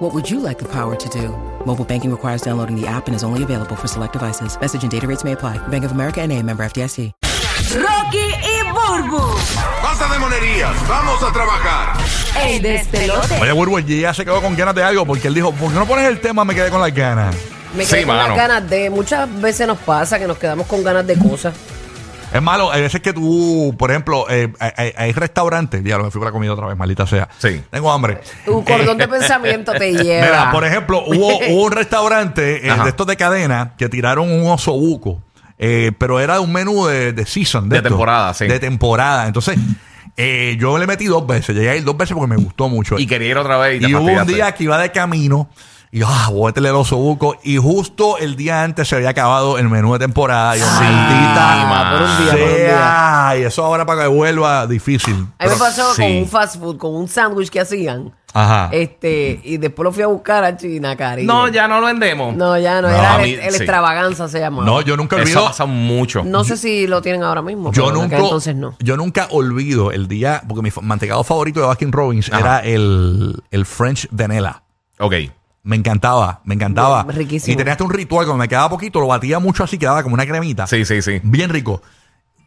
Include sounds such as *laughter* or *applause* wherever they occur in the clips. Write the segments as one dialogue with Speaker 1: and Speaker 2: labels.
Speaker 1: What would you like the power to do? Mobile banking requires downloading the app and is only available for select devices. Message and data rates may apply. Bank of America and a member FDIC.
Speaker 2: Rocky y Burbu,
Speaker 3: Basta de monerías, vamos a trabajar.
Speaker 2: el destelote.
Speaker 4: Oye, Burbu, allí ya se quedó con ganas de algo porque él dijo, ¿por qué no pones el tema? Me quedé con las ganas.
Speaker 5: Me
Speaker 6: Sí,
Speaker 5: quedé con las
Speaker 6: mano.
Speaker 5: ganas de. Muchas veces nos pasa que nos quedamos con ganas de cosas.
Speaker 4: Es malo, hay veces que tú, por ejemplo, eh, hay- hay, hay restaurantes, diablo, me fui para la comida otra vez, maldita sea.
Speaker 6: Sí.
Speaker 4: Tengo hambre.
Speaker 6: *laughs*
Speaker 5: Tu cordón de pensamiento te lleva.
Speaker 4: Mira, por ejemplo, hubo, hubo un restaurante eh,
Speaker 6: Ajá.
Speaker 4: de estos de cadena que tiraron un osobuco, eh, pero era un menú de, de season. De,
Speaker 6: De
Speaker 4: estos.
Speaker 6: temporada, sí.
Speaker 4: De temporada. Entonces, eh, yo le metí dos veces, llegué a ir dos veces porque me gustó mucho.
Speaker 6: Y quería ir otra vez y te
Speaker 4: Y hubo un
Speaker 6: fastidiaste.
Speaker 4: día que iba de camino y yo, ah, voy a meterle el osobuco. Y justo el día antes se había acabado el menú de temporada. Y yo, maldita
Speaker 5: Ah, por un día, por un
Speaker 4: sea. Y eso ahora para que vuelva, difícil.
Speaker 5: A mí me pasó
Speaker 6: Sí.
Speaker 5: con un fast food, con un sándwich que hacían.
Speaker 4: Ajá.
Speaker 5: Este, y después lo fui a buscar a China, cariño.
Speaker 6: No, ya no lo vendemos.
Speaker 5: No, ya no.
Speaker 6: No, a
Speaker 5: era
Speaker 6: mí,
Speaker 5: el, el
Speaker 6: sí.
Speaker 5: extravaganza se llamaba.
Speaker 4: No, yo nunca
Speaker 6: Eso
Speaker 4: olvido.
Speaker 6: pasa mucho.
Speaker 5: No sé si lo tienen ahora mismo.
Speaker 4: Yo
Speaker 5: pero en
Speaker 4: nunca,
Speaker 5: aquel entonces no.
Speaker 4: yo nunca olvido el día, porque mi fa- mantecado favorito de Baskin Robbins
Speaker 6: Ajá.
Speaker 4: era el, el French Vanilla.
Speaker 6: Ok.
Speaker 4: Me encantaba, me encantaba.
Speaker 5: Bien, riquísimo.
Speaker 4: Y tenía hasta un ritual, cuando me quedaba poquito, lo batía mucho así, quedaba como una cremita.
Speaker 6: Sí, sí, sí.
Speaker 4: Bien rico.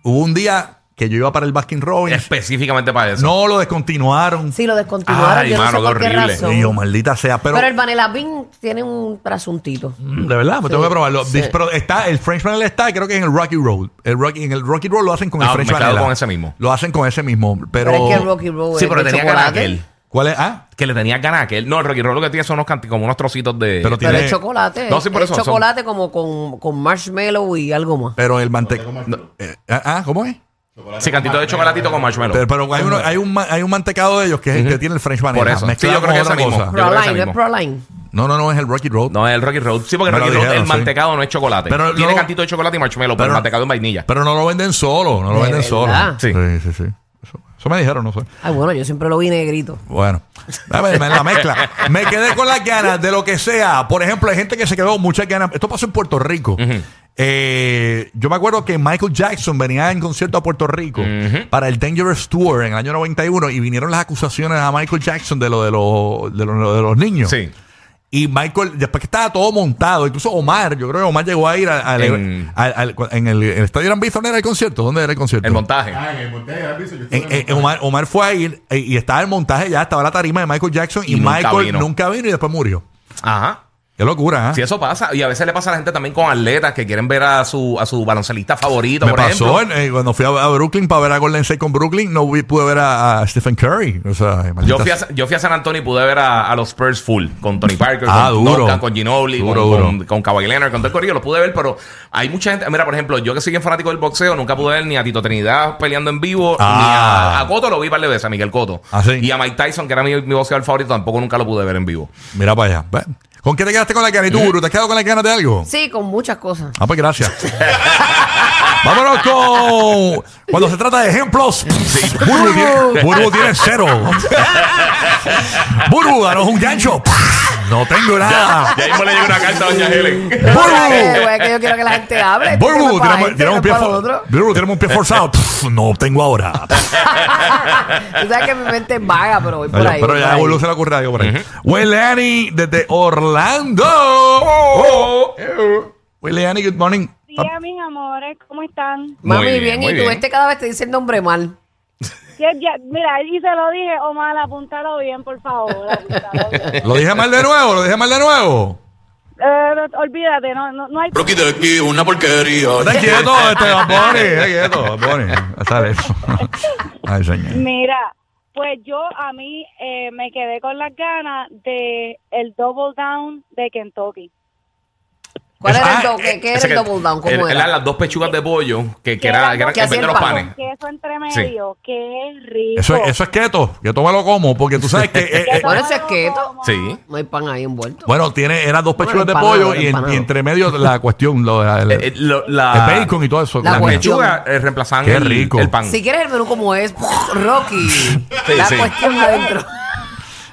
Speaker 4: Hubo un día que yo iba para el Baskin Robbins.
Speaker 6: Específicamente para eso.
Speaker 4: No lo descontinuaron.
Speaker 5: Sí, lo descontinuaron.
Speaker 6: Ay,
Speaker 5: yo no
Speaker 6: mano,
Speaker 5: sé
Speaker 6: qué
Speaker 5: por qué
Speaker 6: horrible.
Speaker 5: razón.
Speaker 4: Y yo, maldita sea. Pero,
Speaker 5: pero, el Vanilla Bean tiene un trasuntito.
Speaker 4: mm, de verdad, me tengo que probarlo.
Speaker 5: sí.
Speaker 4: Dis- Pero está, el French Vanilla está, creo que en el Rocky Road. El Rocky, en el Rocky Road lo hacen con el
Speaker 6: Ah,
Speaker 4: French
Speaker 6: mezclado
Speaker 4: Vanilla.
Speaker 6: con ese mismo.
Speaker 4: Lo hacen con ese mismo.
Speaker 5: Pero,
Speaker 4: Pero,
Speaker 5: es que el Rocky Road
Speaker 6: Sí,
Speaker 5: es
Speaker 6: pero
Speaker 5: de
Speaker 6: le tenía ganas a
Speaker 5: chocolate.
Speaker 6: aquel.
Speaker 4: ¿Cuál es? Ah,
Speaker 6: Que le tenía ganas a aquel. No, el Rocky Roll lo que tiene son unos canti, como unos trocitos de.
Speaker 5: Pero
Speaker 4: Pero Tiene-
Speaker 5: es chocolate.
Speaker 6: No, sí, por
Speaker 5: es
Speaker 6: eso, son-
Speaker 5: chocolate como con, con marshmallow y algo más.
Speaker 4: pero el mantecado. ah, ¿cómo es?
Speaker 6: sí, cantito de chocolatito con marshmallow.
Speaker 4: Pero, pero hay, uno- hay un, ma- hay un mantecado de ellos que, es el que tiene el French Vanilla.
Speaker 6: Por eso.
Speaker 4: mezclado
Speaker 6: Sí, yo creo
Speaker 4: con
Speaker 6: que
Speaker 4: otra
Speaker 6: ese mismo.
Speaker 4: cosa.
Speaker 6: Yo creo que
Speaker 5: Proline,
Speaker 6: ese
Speaker 5: es
Speaker 6: mismo.
Speaker 5: Proline.
Speaker 4: No, no, no, es el Rocky Road.
Speaker 6: no, el Rocky Road. Sí, porque el
Speaker 4: Me lo
Speaker 6: Rocky Road,
Speaker 4: dijeron,
Speaker 6: el
Speaker 4: sí.
Speaker 6: mantecado no es chocolate.
Speaker 4: Pero
Speaker 6: tiene
Speaker 4: no-
Speaker 6: cantito de chocolate y marshmallow, pero,
Speaker 4: pero-
Speaker 6: el mantecado es vainilla.
Speaker 4: Pero no lo venden solo, no lo
Speaker 5: ¿De
Speaker 4: venden
Speaker 5: verdad?
Speaker 4: solo.
Speaker 6: Sí.
Speaker 4: sí, sí. sí. Eso, eso me dijeron, no sé.
Speaker 5: Ay, bueno, yo siempre lo vi negrito.
Speaker 4: Bueno, a ver, me- la mezcla. Me quedé con las ganas de lo que sea. Por ejemplo, hay gente que se quedó con muchas ganas. Esto pasó en Puerto Rico. Eh, yo me acuerdo que Michael Jackson venía en concierto a Puerto Rico para el Dangerous Tour en el año 91 y vinieron las acusaciones a Michael Jackson de lo de, lo- de, lo- de los niños.
Speaker 6: Sí.
Speaker 4: Y Michael, después que estaba todo montado, incluso Omar, yo creo que Omar llegó a ir al, al-
Speaker 6: En-
Speaker 4: al- al- en el, el estadio Gran Bison, ¿era el concierto? ¿Dónde era el concierto?
Speaker 6: El montaje.
Speaker 4: En- en- Eh, Omar, Omar fue a ir eh, y estaba el montaje ya, estaba la tarima de Michael Jackson y,
Speaker 6: Y nunca
Speaker 4: Michael
Speaker 6: vino.
Speaker 4: nunca vino y después murió.
Speaker 6: Ajá.
Speaker 4: Qué locura, ¿eh?
Speaker 6: Si eso pasa, y a veces le pasa a la gente también con atletas que quieren ver a su, a su baloncelista favorito,
Speaker 4: Me
Speaker 6: por
Speaker 4: pasó
Speaker 6: ejemplo.
Speaker 4: eh, cuando fui a, a Brooklyn para ver a Golden State con Brooklyn, no vi- pude ver a, a Stephen Curry. O sea, maldita
Speaker 6: Yo fui, a,
Speaker 4: sea.
Speaker 6: yo fui a San Antonio y pude ver a, a los Spurs full, con Tony Parker,
Speaker 4: Ah,
Speaker 6: con
Speaker 4: duro.
Speaker 6: Duncan, con Ginobili,
Speaker 4: Duro,
Speaker 6: con,
Speaker 4: duro.
Speaker 6: con- con Kawhi Leonard, con todo el corillo, lo pude ver, pero hay mucha gente, mira, por ejemplo, yo que soy bien fanático del boxeo, nunca pude ver ni a Tito Trinidad peleando en vivo,
Speaker 4: Ah.
Speaker 6: ni a, a Coto lo vi un par de veces, a Miguel Coto.
Speaker 4: Ah, sí.
Speaker 6: Y a Mike Tyson, que era mi, mi boxeador favorito, tampoco nunca lo pude ver en vivo.
Speaker 4: Mira para allá. Ve. ¿Con qué te quedaste con la cara? ¿Y tú, Guru, te has quedado con la cara de algo?
Speaker 5: Sí, con muchas cosas.
Speaker 4: Ah, pues gracias. *laughs* Vámonos con. Cuando se trata de ejemplos, Buru, tiene, Buru tiene
Speaker 6: *laughs*
Speaker 4: cero. Buru, danos un gancho. No tengo nada.
Speaker 6: Ya mismo le llegó una carta a Doña Helen.
Speaker 5: Pero,
Speaker 4: Burbu.
Speaker 5: güey, güey, que yo quiero que la gente hable.
Speaker 4: Burbu,
Speaker 5: Tírame pa'
Speaker 4: tenemos,
Speaker 5: este,
Speaker 4: tenemos un pie
Speaker 5: no pa'
Speaker 4: for-
Speaker 5: otro.
Speaker 4: Burbu, tenemos un pie
Speaker 5: Eh,
Speaker 4: forzado. Pff, no tengo ahora.
Speaker 5: Tú sabes que mi mente es vaga, pero
Speaker 6: Ah,
Speaker 5: voy *laughs* por ahí.
Speaker 4: pero
Speaker 5: voy
Speaker 4: ya
Speaker 5: por
Speaker 4: Burbu se
Speaker 5: ahí.
Speaker 4: le ocurre algo por ahí. Will Annie desde Orlando. Oh, oh. Will Annie, good morning.
Speaker 7: Día, mis amores, ¿cómo están?
Speaker 5: Mami,
Speaker 6: Muy
Speaker 5: bien,
Speaker 6: bien,
Speaker 5: y
Speaker 6: muy
Speaker 5: tú
Speaker 6: bien.
Speaker 5: este cada vez te dice el nombre mal.
Speaker 7: Ya- ya- mira, y se lo dije, Omar, apúntalo bien, por favor. *laughs* apúntalo bien.
Speaker 4: Lo dije mal de nuevo, lo dije mal de nuevo.
Speaker 7: Eh, no, olvídate, no, no, no hay...
Speaker 8: Rocky de aquí, una porquería.
Speaker 4: Está quieto, este Bad Bunny, está quieto, Bad Bunny. Hasta eso. *laughs* Ay, señor.
Speaker 7: Mira, pues yo a mí eh, me quedé con las ganas de el double down de Kentucky.
Speaker 5: ¿Cuál
Speaker 6: Eso-
Speaker 5: era el
Speaker 6: ah,
Speaker 5: do- qué- qué era
Speaker 6: ese
Speaker 5: el double down? ¿Cómo
Speaker 6: el-
Speaker 5: era?
Speaker 6: eran las dos pechugas de pollo que, que era, que era
Speaker 5: ¿Qué
Speaker 6: en
Speaker 5: hacía
Speaker 6: vez de
Speaker 5: el
Speaker 6: los
Speaker 5: pan?
Speaker 6: panes.
Speaker 7: Queso entre medio, qué rico.
Speaker 4: Eso, es- eso es keto. Yo me lo como porque tú sabes que. eh, eh,
Speaker 5: Bueno, ese es keto.
Speaker 6: Sí.
Speaker 5: No hay pan ahí envuelto.
Speaker 4: bueno, tiene, eran dos pechugas de
Speaker 5: Bueno, empanado,
Speaker 4: pollo y, en-
Speaker 5: empanado.
Speaker 4: y entre medio la cuestión, lo- la- la-
Speaker 6: Eh, eh, lo- la,
Speaker 4: el bacon y todo eso.
Speaker 5: la
Speaker 6: las
Speaker 5: cuestión.
Speaker 6: pechugas eh, reemplazaban
Speaker 4: Qué
Speaker 6: el,
Speaker 4: rico.
Speaker 6: el pan.
Speaker 5: Si quieres el menú como es, Rocky. la
Speaker 6: sí.
Speaker 5: cuestión adentro.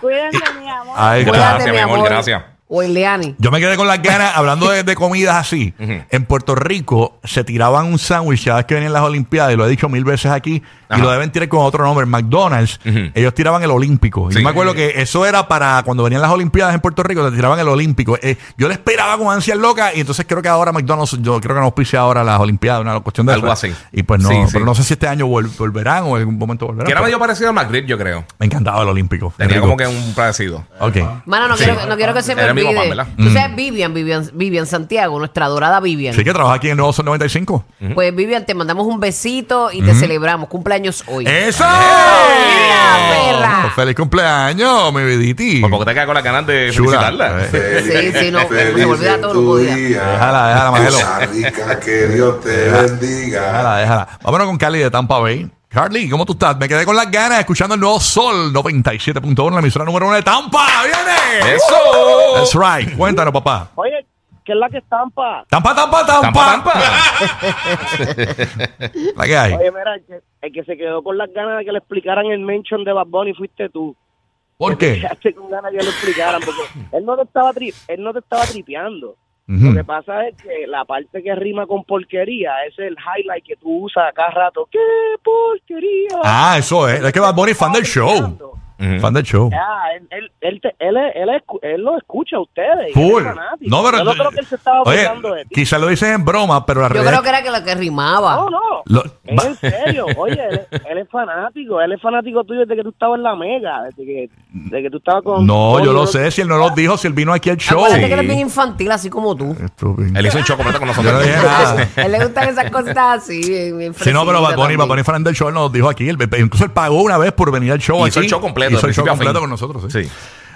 Speaker 7: Cuídense, mi amor.
Speaker 4: Ay,
Speaker 5: Cuídate,
Speaker 4: gracias.
Speaker 6: mi amor, gracias.
Speaker 5: O Eliani.
Speaker 4: Yo me quedé con las
Speaker 6: *laughs*
Speaker 4: ganas, hablando de, de comidas así. En Puerto Rico se tiraban un sándwich, cada vez que venían las Olimpiadas, y lo he dicho mil veces aquí,
Speaker 6: Ajá.
Speaker 4: y lo deben tirar con otro nombre, McDonald's.
Speaker 6: Ujú.
Speaker 4: Ellos tiraban el Olímpico. Y
Speaker 6: Sí.
Speaker 4: yo me acuerdo que eso era para cuando venían las Olimpiadas en Puerto Rico, te tiraban el Olímpico. Eh, yo le esperaba con ansias loca, y entonces creo que ahora McDonald's, yo creo que no auspicia ahora las Olimpiadas, una cuestión de
Speaker 6: Algo
Speaker 4: eso.
Speaker 6: así.
Speaker 4: Y pues no,
Speaker 6: Sí, sí.
Speaker 4: pero no sé si este año vol- volverán o en algún momento volverán.
Speaker 6: Que era
Speaker 4: pero
Speaker 6: medio parecido al McRib, yo creo.
Speaker 4: Me encantaba el Olímpico. Qué
Speaker 6: Tenía
Speaker 4: pues,
Speaker 6: como
Speaker 4: rico.
Speaker 6: que un parecido.
Speaker 4: Ok.
Speaker 5: Mano, no,
Speaker 6: Sí.
Speaker 5: quiero, no
Speaker 4: Ah,
Speaker 5: quiero que se me
Speaker 6: Era el mismo
Speaker 5: olvide.
Speaker 6: pan, ¿verdad?
Speaker 5: Tú sabes Vivian, Vivian, Vivian Santiago, nuestra dorada Vivian.
Speaker 4: Mm. Sí, que trabaja aquí en Nuevo Sol 95.
Speaker 5: Pues Vivian, te mandamos un besito y te celebramos. Cumpleaños hoy.
Speaker 4: ¡Eso!
Speaker 5: perra!
Speaker 4: Pues ¡Feliz cumpleaños, mi viditi!
Speaker 6: Por poco Pues, te quedas con la ganas de
Speaker 4: Chula.
Speaker 6: felicitarla.
Speaker 4: Eh,
Speaker 5: Sí, sí, no,
Speaker 9: Feliz
Speaker 5: me olvida todo,
Speaker 9: tu
Speaker 5: no podía.
Speaker 9: día.
Speaker 4: Déjala, déjala, Majelo.
Speaker 9: Cosa rica, que Dios te bendiga.
Speaker 4: Déjala, déjala. Vámonos con Carly de Tampa Bay. Carly, ¿cómo tú estás? Me quedé con las ganas escuchando el nuevo Sol 97.1, la emisora número uno de Tampa. ¡Viene!
Speaker 6: ¡Eso!
Speaker 4: That's right. Cuéntanos, papá.
Speaker 10: Oye, ¿qué es la que estampa?
Speaker 4: ¡Tampa, tampa, tampa!
Speaker 6: ¡Tampa, tampa!
Speaker 4: ¿La que hay?
Speaker 10: Oye, mira, el que, el que se quedó con las ganas de que le explicaran el mention de Bad Bunny fuiste tú.
Speaker 4: ¿Por qué?
Speaker 10: Quedaste con ganas de que lo explicaran
Speaker 4: *laughs*
Speaker 10: porque él no te estaba, tri- él no te estaba tripeando. Lo que
Speaker 4: Ujú.
Speaker 10: pasa es que la parte que rima con porquería es el highlight que tú usas a cada rato. ¡Qué porquería!
Speaker 4: Ah, eso es. Es que Bad Bunny es fan del show.
Speaker 6: Ujú.
Speaker 4: Fan del show.
Speaker 10: Ah, él, él, él, te- él, es- él, escu- él lo escucha a ustedes. y él es
Speaker 4: Full.
Speaker 10: fanático.
Speaker 4: No, pero.
Speaker 10: Yo no creo que él se estaba
Speaker 4: Oye,
Speaker 10: burlando de ti.
Speaker 4: quizás lo dices en broma, pero la
Speaker 5: Yo
Speaker 4: realidad.
Speaker 5: creo que era que la que rimaba.
Speaker 10: Oh, No,
Speaker 4: *laughs*
Speaker 10: no.
Speaker 4: Lo-
Speaker 10: Es en serio. Oye, él, es- él es fanático. Él es fanático tuyo desde que tú estabas en la mega. Desde que, desde que tú estabas con.
Speaker 4: No,
Speaker 10: con-
Speaker 4: yo lo sé. Si él no lo dijo, si él vino aquí al show.
Speaker 5: Acuérdate que
Speaker 4: Sí.
Speaker 5: él es bien infantil, así como tú.
Speaker 4: Estúpido.
Speaker 6: Él hizo un show completo con
Speaker 4: Yo no
Speaker 6: nosotros.
Speaker 4: dije nada.
Speaker 5: *laughs*
Speaker 6: *laughs*
Speaker 5: A él le gustan esas cositas así. bien- bien
Speaker 4: Sí, no,
Speaker 5: fresitas
Speaker 4: pero Bad Bunny,
Speaker 5: también.
Speaker 4: Bad Bunny fan del show, nos dijo aquí. él- incluso él pagó una vez por venir al show.
Speaker 6: Hizo
Speaker 4: aquí,
Speaker 6: el show completo.
Speaker 4: Hizo
Speaker 6: de
Speaker 4: el show
Speaker 6: principio a fin.
Speaker 4: completo con nosotros, sí.
Speaker 6: Sí.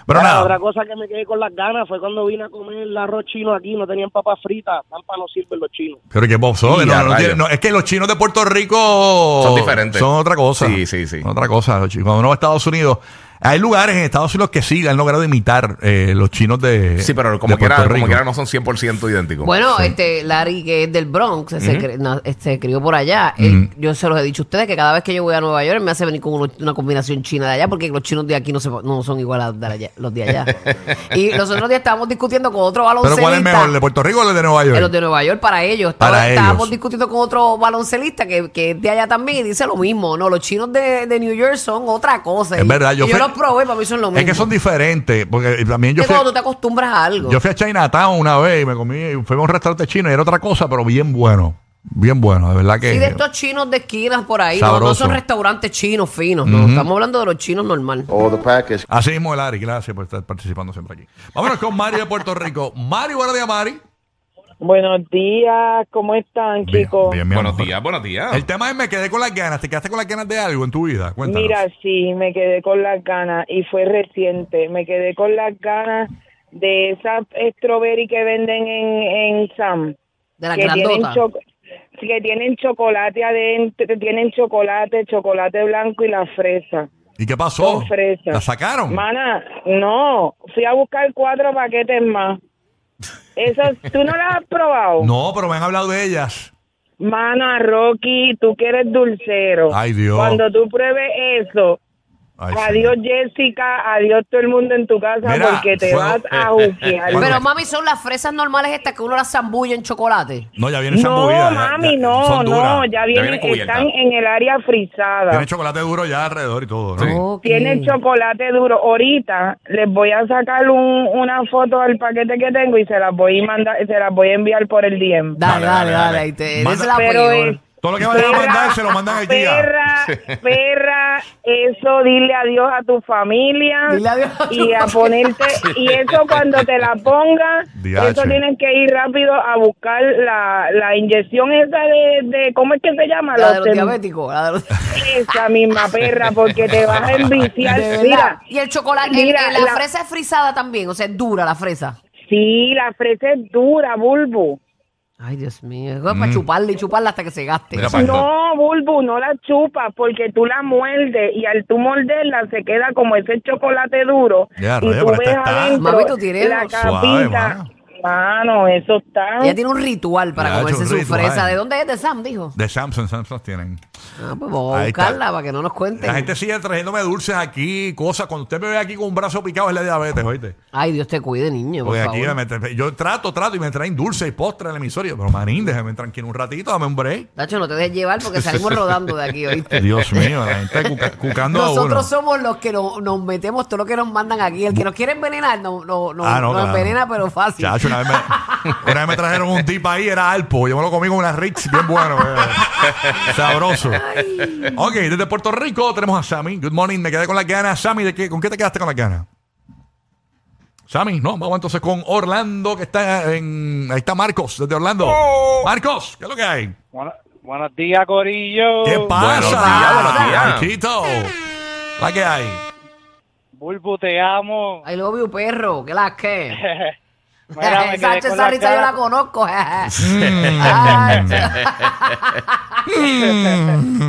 Speaker 4: Pero
Speaker 10: Mira,
Speaker 4: nada.
Speaker 10: Otra cosa que me quedé con las ganas fue cuando vine a comer el arroz chino aquí. No tenían papas fritas. Tampa no sirven los chinos.
Speaker 4: Pero qué bozo.
Speaker 6: Y
Speaker 4: no,
Speaker 6: a
Speaker 4: no tiene-
Speaker 6: rayos.
Speaker 4: no, es que los chinos de Puerto Rico
Speaker 6: Son diferentes.
Speaker 4: Son otra cosa.
Speaker 6: Sí, sí, sí.
Speaker 4: Son otra cosa. los chinos. Cuando uno va a Estados Unidos, hay lugares en Estados Unidos que sí han logrado imitar eh, los chinos de.
Speaker 6: Sí, pero
Speaker 4: de
Speaker 6: como
Speaker 4: Puerto
Speaker 6: quiera,
Speaker 4: Rico.
Speaker 6: como quiera no son 100% idénticos.
Speaker 5: Bueno, este Larry, que es del Bronx, se, cri- no, este, crió por allá. Él- yo se los he dicho a ustedes que cada vez que yo voy a Nueva York él me hace venir con uno- una combinación china de allá, porque los chinos de aquí no, se, pa- no son igual a los de allá. los de
Speaker 4: *laughs*
Speaker 5: allá. y los otros días estábamos discutiendo con otro
Speaker 4: Pero
Speaker 5: baloncelista.
Speaker 4: ¿cuál es mejor, el de Puerto Rico o el de Nueva York?
Speaker 5: Eh, Los de Nueva York para ellos.
Speaker 4: Para
Speaker 5: Estaba-
Speaker 4: ellos.
Speaker 5: Estábamos discutiendo con otro baloncelista que, que es de allá también y dice lo mismo. No, los chinos de, de New York son otra cosa.
Speaker 4: Es
Speaker 5: Y-
Speaker 4: verdad,
Speaker 5: y
Speaker 4: yo
Speaker 5: yo,
Speaker 4: fui-
Speaker 5: los probé, para mí son lo mismo.
Speaker 4: es que son diferentes. Porque también yo.
Speaker 5: Es que
Speaker 4: fui-
Speaker 5: cuando tú te acostumbras a algo.
Speaker 4: Yo fui a Chinatown una vez y me comí, fui a un restaurante chino y era otra cosa, pero bien bueno. Bien bueno, de verdad que.
Speaker 5: Sí, de estos chinos de esquinas por ahí. No, no
Speaker 4: Eh, Sabroso.
Speaker 5: son restaurantes chinos finos, no. Estamos hablando de los chinos normal.
Speaker 4: Así mismo el Ari, gracias por estar participando siempre aquí. Vámonos con Mari de Puerto Rico. Mari, buenos días, Mari.
Speaker 10: Buenos días. ¿Cómo están,
Speaker 4: Bien, bien, mi
Speaker 6: Buenos
Speaker 4: amor.
Speaker 6: días, buenos días.
Speaker 4: El tema es me quedé con las ganas. ¿Te quedaste con las ganas de algo en tu vida? Cuéntanos.
Speaker 10: Mira, sí, me quedé con las ganas y fue reciente. Me quedé con las ganas de esas strawberry que venden en, en Sam.
Speaker 5: De la
Speaker 10: que tienen,
Speaker 5: grandota.
Speaker 10: choco- que tienen chocolate adentro, tienen chocolate, chocolate blanco y la fresa.
Speaker 4: ¿Y qué pasó?
Speaker 10: Con fresa.
Speaker 4: ¿La sacaron?
Speaker 10: Mana, no, fui a buscar cuatro paquetes más.
Speaker 4: *laughs*
Speaker 10: Esas, ¿Tú no las has probado?
Speaker 4: No, pero me han hablado de ellas.
Speaker 10: Mana, Rocky, tú que eres dulcero.
Speaker 4: Ay, Dios.
Speaker 10: Cuando tú pruebes eso,
Speaker 4: Ay,
Speaker 10: adiós
Speaker 4: sí.
Speaker 10: Jessica, adiós todo el mundo en tu casa
Speaker 4: Mira,
Speaker 10: porque te
Speaker 4: fue-
Speaker 10: vas
Speaker 4: *laughs*
Speaker 10: a juzgar.
Speaker 5: Pero mami, son las fresas normales estas que uno las zambulla en chocolate.
Speaker 4: No, ya vienen
Speaker 10: no,
Speaker 4: zambullidas. ya-
Speaker 10: mami,
Speaker 4: ya-
Speaker 10: no,
Speaker 4: son duras.
Speaker 10: no, ya vienen,
Speaker 6: vienen cubiertas.
Speaker 10: están en el área frisada.
Speaker 4: Tienen chocolate duro ya alrededor y todo, ¿no?
Speaker 5: Ok.
Speaker 10: Tienen chocolate duro. Ahorita les voy a sacar un- una foto del paquete que tengo y se las voy a mandar, se las voy a enviar por el DM.
Speaker 5: Dale, dale, dale.
Speaker 6: dale.
Speaker 5: ahí te-
Speaker 4: Manda-
Speaker 5: esa es la
Speaker 10: Pero
Speaker 5: peor.
Speaker 10: es-
Speaker 4: Todo lo que vayan a
Speaker 10: Perra,
Speaker 4: mandar se lo mandan al día.
Speaker 10: *laughs* Perra, perra, eso dile adiós a tu familia
Speaker 5: Dile adiós a tu *laughs*
Speaker 10: y a ponerte y eso cuando te la ponga,
Speaker 4: Diache.
Speaker 10: eso tienes que ir rápido a buscar la, la inyección esa de, de ¿cómo es que se llama?
Speaker 5: La de los
Speaker 10: Los-
Speaker 5: diabéticos. la de los-
Speaker 10: Esa misma perra porque te vas a *laughs* enviciar,
Speaker 5: *laughs* De verdad.
Speaker 10: mira.
Speaker 5: y el chocolate, el-
Speaker 10: mira,
Speaker 5: el- la,
Speaker 10: la-
Speaker 5: fresa es frisada también, o sea, es dura la fresa.
Speaker 10: Sí,
Speaker 7: Sí, la fresa es dura, Bulbu.
Speaker 5: Ay, Dios mío. Es para chuparla y chuparla hasta que se gaste.
Speaker 6: Mira, pa- Exacto.
Speaker 7: No, Bulbu, no la chupas porque tú la muerdes y al tú morderla se queda como ese chocolate duro.
Speaker 4: Ya,
Speaker 7: y tú
Speaker 4: rayo, pero
Speaker 7: ves
Speaker 4: esta está-
Speaker 7: adentro
Speaker 5: Mami, tú tienes
Speaker 7: la
Speaker 5: lo
Speaker 4: suave,
Speaker 7: capita. Mano, eso está.
Speaker 5: Ella tiene un ritual para
Speaker 4: Ya,
Speaker 5: comerse
Speaker 4: es
Speaker 5: su
Speaker 4: un ritual.
Speaker 5: fresa. ¿De dónde es? De Sam, dijo.
Speaker 4: De Samsung, Samsung tienen.
Speaker 5: Ah, pues vamos a
Speaker 4: Ahí está.
Speaker 5: buscarla para que no nos cuenten.
Speaker 4: La gente sigue trayéndome dulces aquí, cosas. Cuando usted me ve aquí con un brazo picado es la diabetes, oíste.
Speaker 5: Ay, Dios te cuide, niño. Por
Speaker 4: Porque
Speaker 5: favor.
Speaker 4: aquí me meten- yo trato, trato y me traen dulces y postres en el emisorio. Pero manín, déjame tranquilo un ratito, dame un
Speaker 5: *laughs*
Speaker 4: break.
Speaker 5: Nacho, no te dejes llevar porque salimos rodando de aquí, ¿oíste?
Speaker 4: Dios mío, la gente cuca- cucando a uno.
Speaker 5: Nosotros somos los que nos, nos metemos todo lo que nos mandan aquí. El que nos quiere envenenar no, no, no,
Speaker 4: Ah, no,
Speaker 5: nos
Speaker 4: claro.
Speaker 5: envenena, pero fácil.
Speaker 4: Chacho, una vez, me, una vez me trajeron un tip ahí, era Alpo. Yo me lo comí con una Ritz bien bueno.
Speaker 6: *laughs*
Speaker 4: eh. Sabroso. Ok, desde Puerto Rico tenemos a Sammy. Good morning, me quedé con las ganas. Sammy, ¿de qué, ¿con qué te quedaste con las ganas? Sammy, no, vamos entonces con Orlando, que está en. Ahí está Marcos, desde Orlando. Marcos, ¿qué es lo que hay?
Speaker 10: buenos días, Corillo.
Speaker 4: ¿Qué pasa?
Speaker 6: buenos días, buenos días.
Speaker 4: Marquito, ¿la que hay?
Speaker 6: *laughs*
Speaker 10: Bulbu, te amo.
Speaker 5: I love you, perro. ¿Qué la que?
Speaker 10: Mira, me quedé
Speaker 5: Sánchez
Speaker 10: con la
Speaker 5: Sarrita yo
Speaker 10: cara-
Speaker 5: la conozco.
Speaker 4: Mm.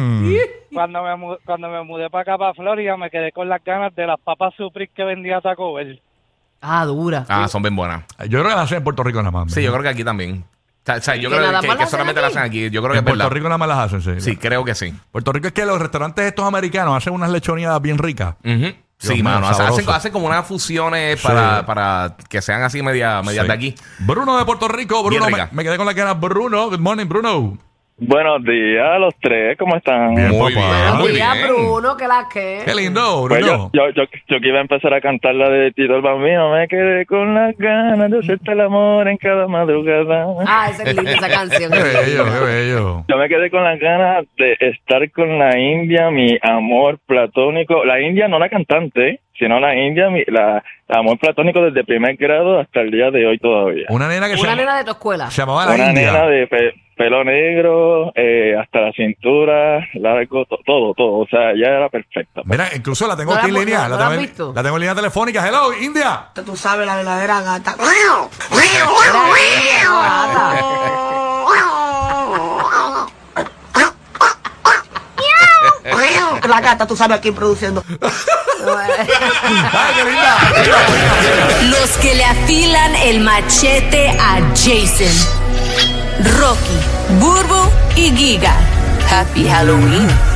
Speaker 5: Ay,
Speaker 10: Cuando me, mu- cuando me mudé para acá, para Florida, me quedé con las ganas de las papas Supris que vendía Taco Bell.
Speaker 5: ah, dura.
Speaker 6: Ah, son bien buenas.
Speaker 4: Yo creo que la hacen en Puerto Rico nada más.
Speaker 6: Sí, yo creo que aquí también. O sea, o sea, yo
Speaker 5: Que
Speaker 6: creo
Speaker 5: nada
Speaker 6: que,
Speaker 5: más
Speaker 6: que
Speaker 5: la hacen
Speaker 6: solamente la
Speaker 5: aquí.
Speaker 6: hacen aquí. Yo creo que es
Speaker 4: En Puerto
Speaker 6: verdad.
Speaker 4: Rico nada más las hacen, sí.
Speaker 6: Sí, creo que sí.
Speaker 4: Puerto Rico es que los restaurantes estos americanos hacen unas lechonías bien ricas.
Speaker 6: Ujú. Sí,
Speaker 4: mío,
Speaker 6: mano. Hacen,
Speaker 4: sabroso.
Speaker 6: hacen- hacen como unas fusiones
Speaker 4: Sí.
Speaker 6: para, para que sean así media, media
Speaker 4: Sí.
Speaker 6: de aquí.
Speaker 4: Bruno de Puerto Rico,
Speaker 6: Bien
Speaker 4: Bruno, me,
Speaker 6: rica.
Speaker 4: me quedé con la cara. Bruno, good morning, Bruno.
Speaker 10: Buenos días a los tres, ¿cómo están?
Speaker 6: Muy bien,
Speaker 5: Buenos
Speaker 6: muy
Speaker 5: días,
Speaker 6: bien.
Speaker 5: Bruno. ¿Qué la que?
Speaker 4: Qué lindo,
Speaker 10: Pues
Speaker 4: Bruno.
Speaker 10: yo, yo, yo, yo que iba a empezar a cantar la de Tito el Bambino, me quedé con las ganas de hacerte el amor en cada madrugada.
Speaker 5: Ah, esa es linda esa canción.
Speaker 4: Qué bello, qué bello.
Speaker 10: Yo me quedé con las ganas de estar con la India, mi amor platónico. La India, no la cantante, sino la India, mi la, amor platónico desde primer grado hasta el día de hoy todavía.
Speaker 4: Una nena que se,
Speaker 5: Una
Speaker 4: llama-
Speaker 5: nena de tu escuela.
Speaker 4: se llamaba la
Speaker 10: Una
Speaker 4: India.
Speaker 10: nena de pe- pelo negro, eh, hasta la cintura, largo, to- todo, todo. O sea, ya era perfecta.
Speaker 4: Mira, incluso la tengo
Speaker 5: No
Speaker 4: aquí
Speaker 5: la hemos-
Speaker 4: en
Speaker 5: no-
Speaker 4: línea. la,
Speaker 5: no la
Speaker 4: tengo
Speaker 5: has
Speaker 4: en-
Speaker 5: visto.
Speaker 4: la tengo en línea telefónica. Hello, India.
Speaker 2: Tú sabes la verdadera gata. La gata, tú sabes a quién produciendo.
Speaker 4: Ay, qué linda.
Speaker 2: *laughs* Los que le afilan el machete a Jason. Rocky, Burbu y Giga. Happy Halloween.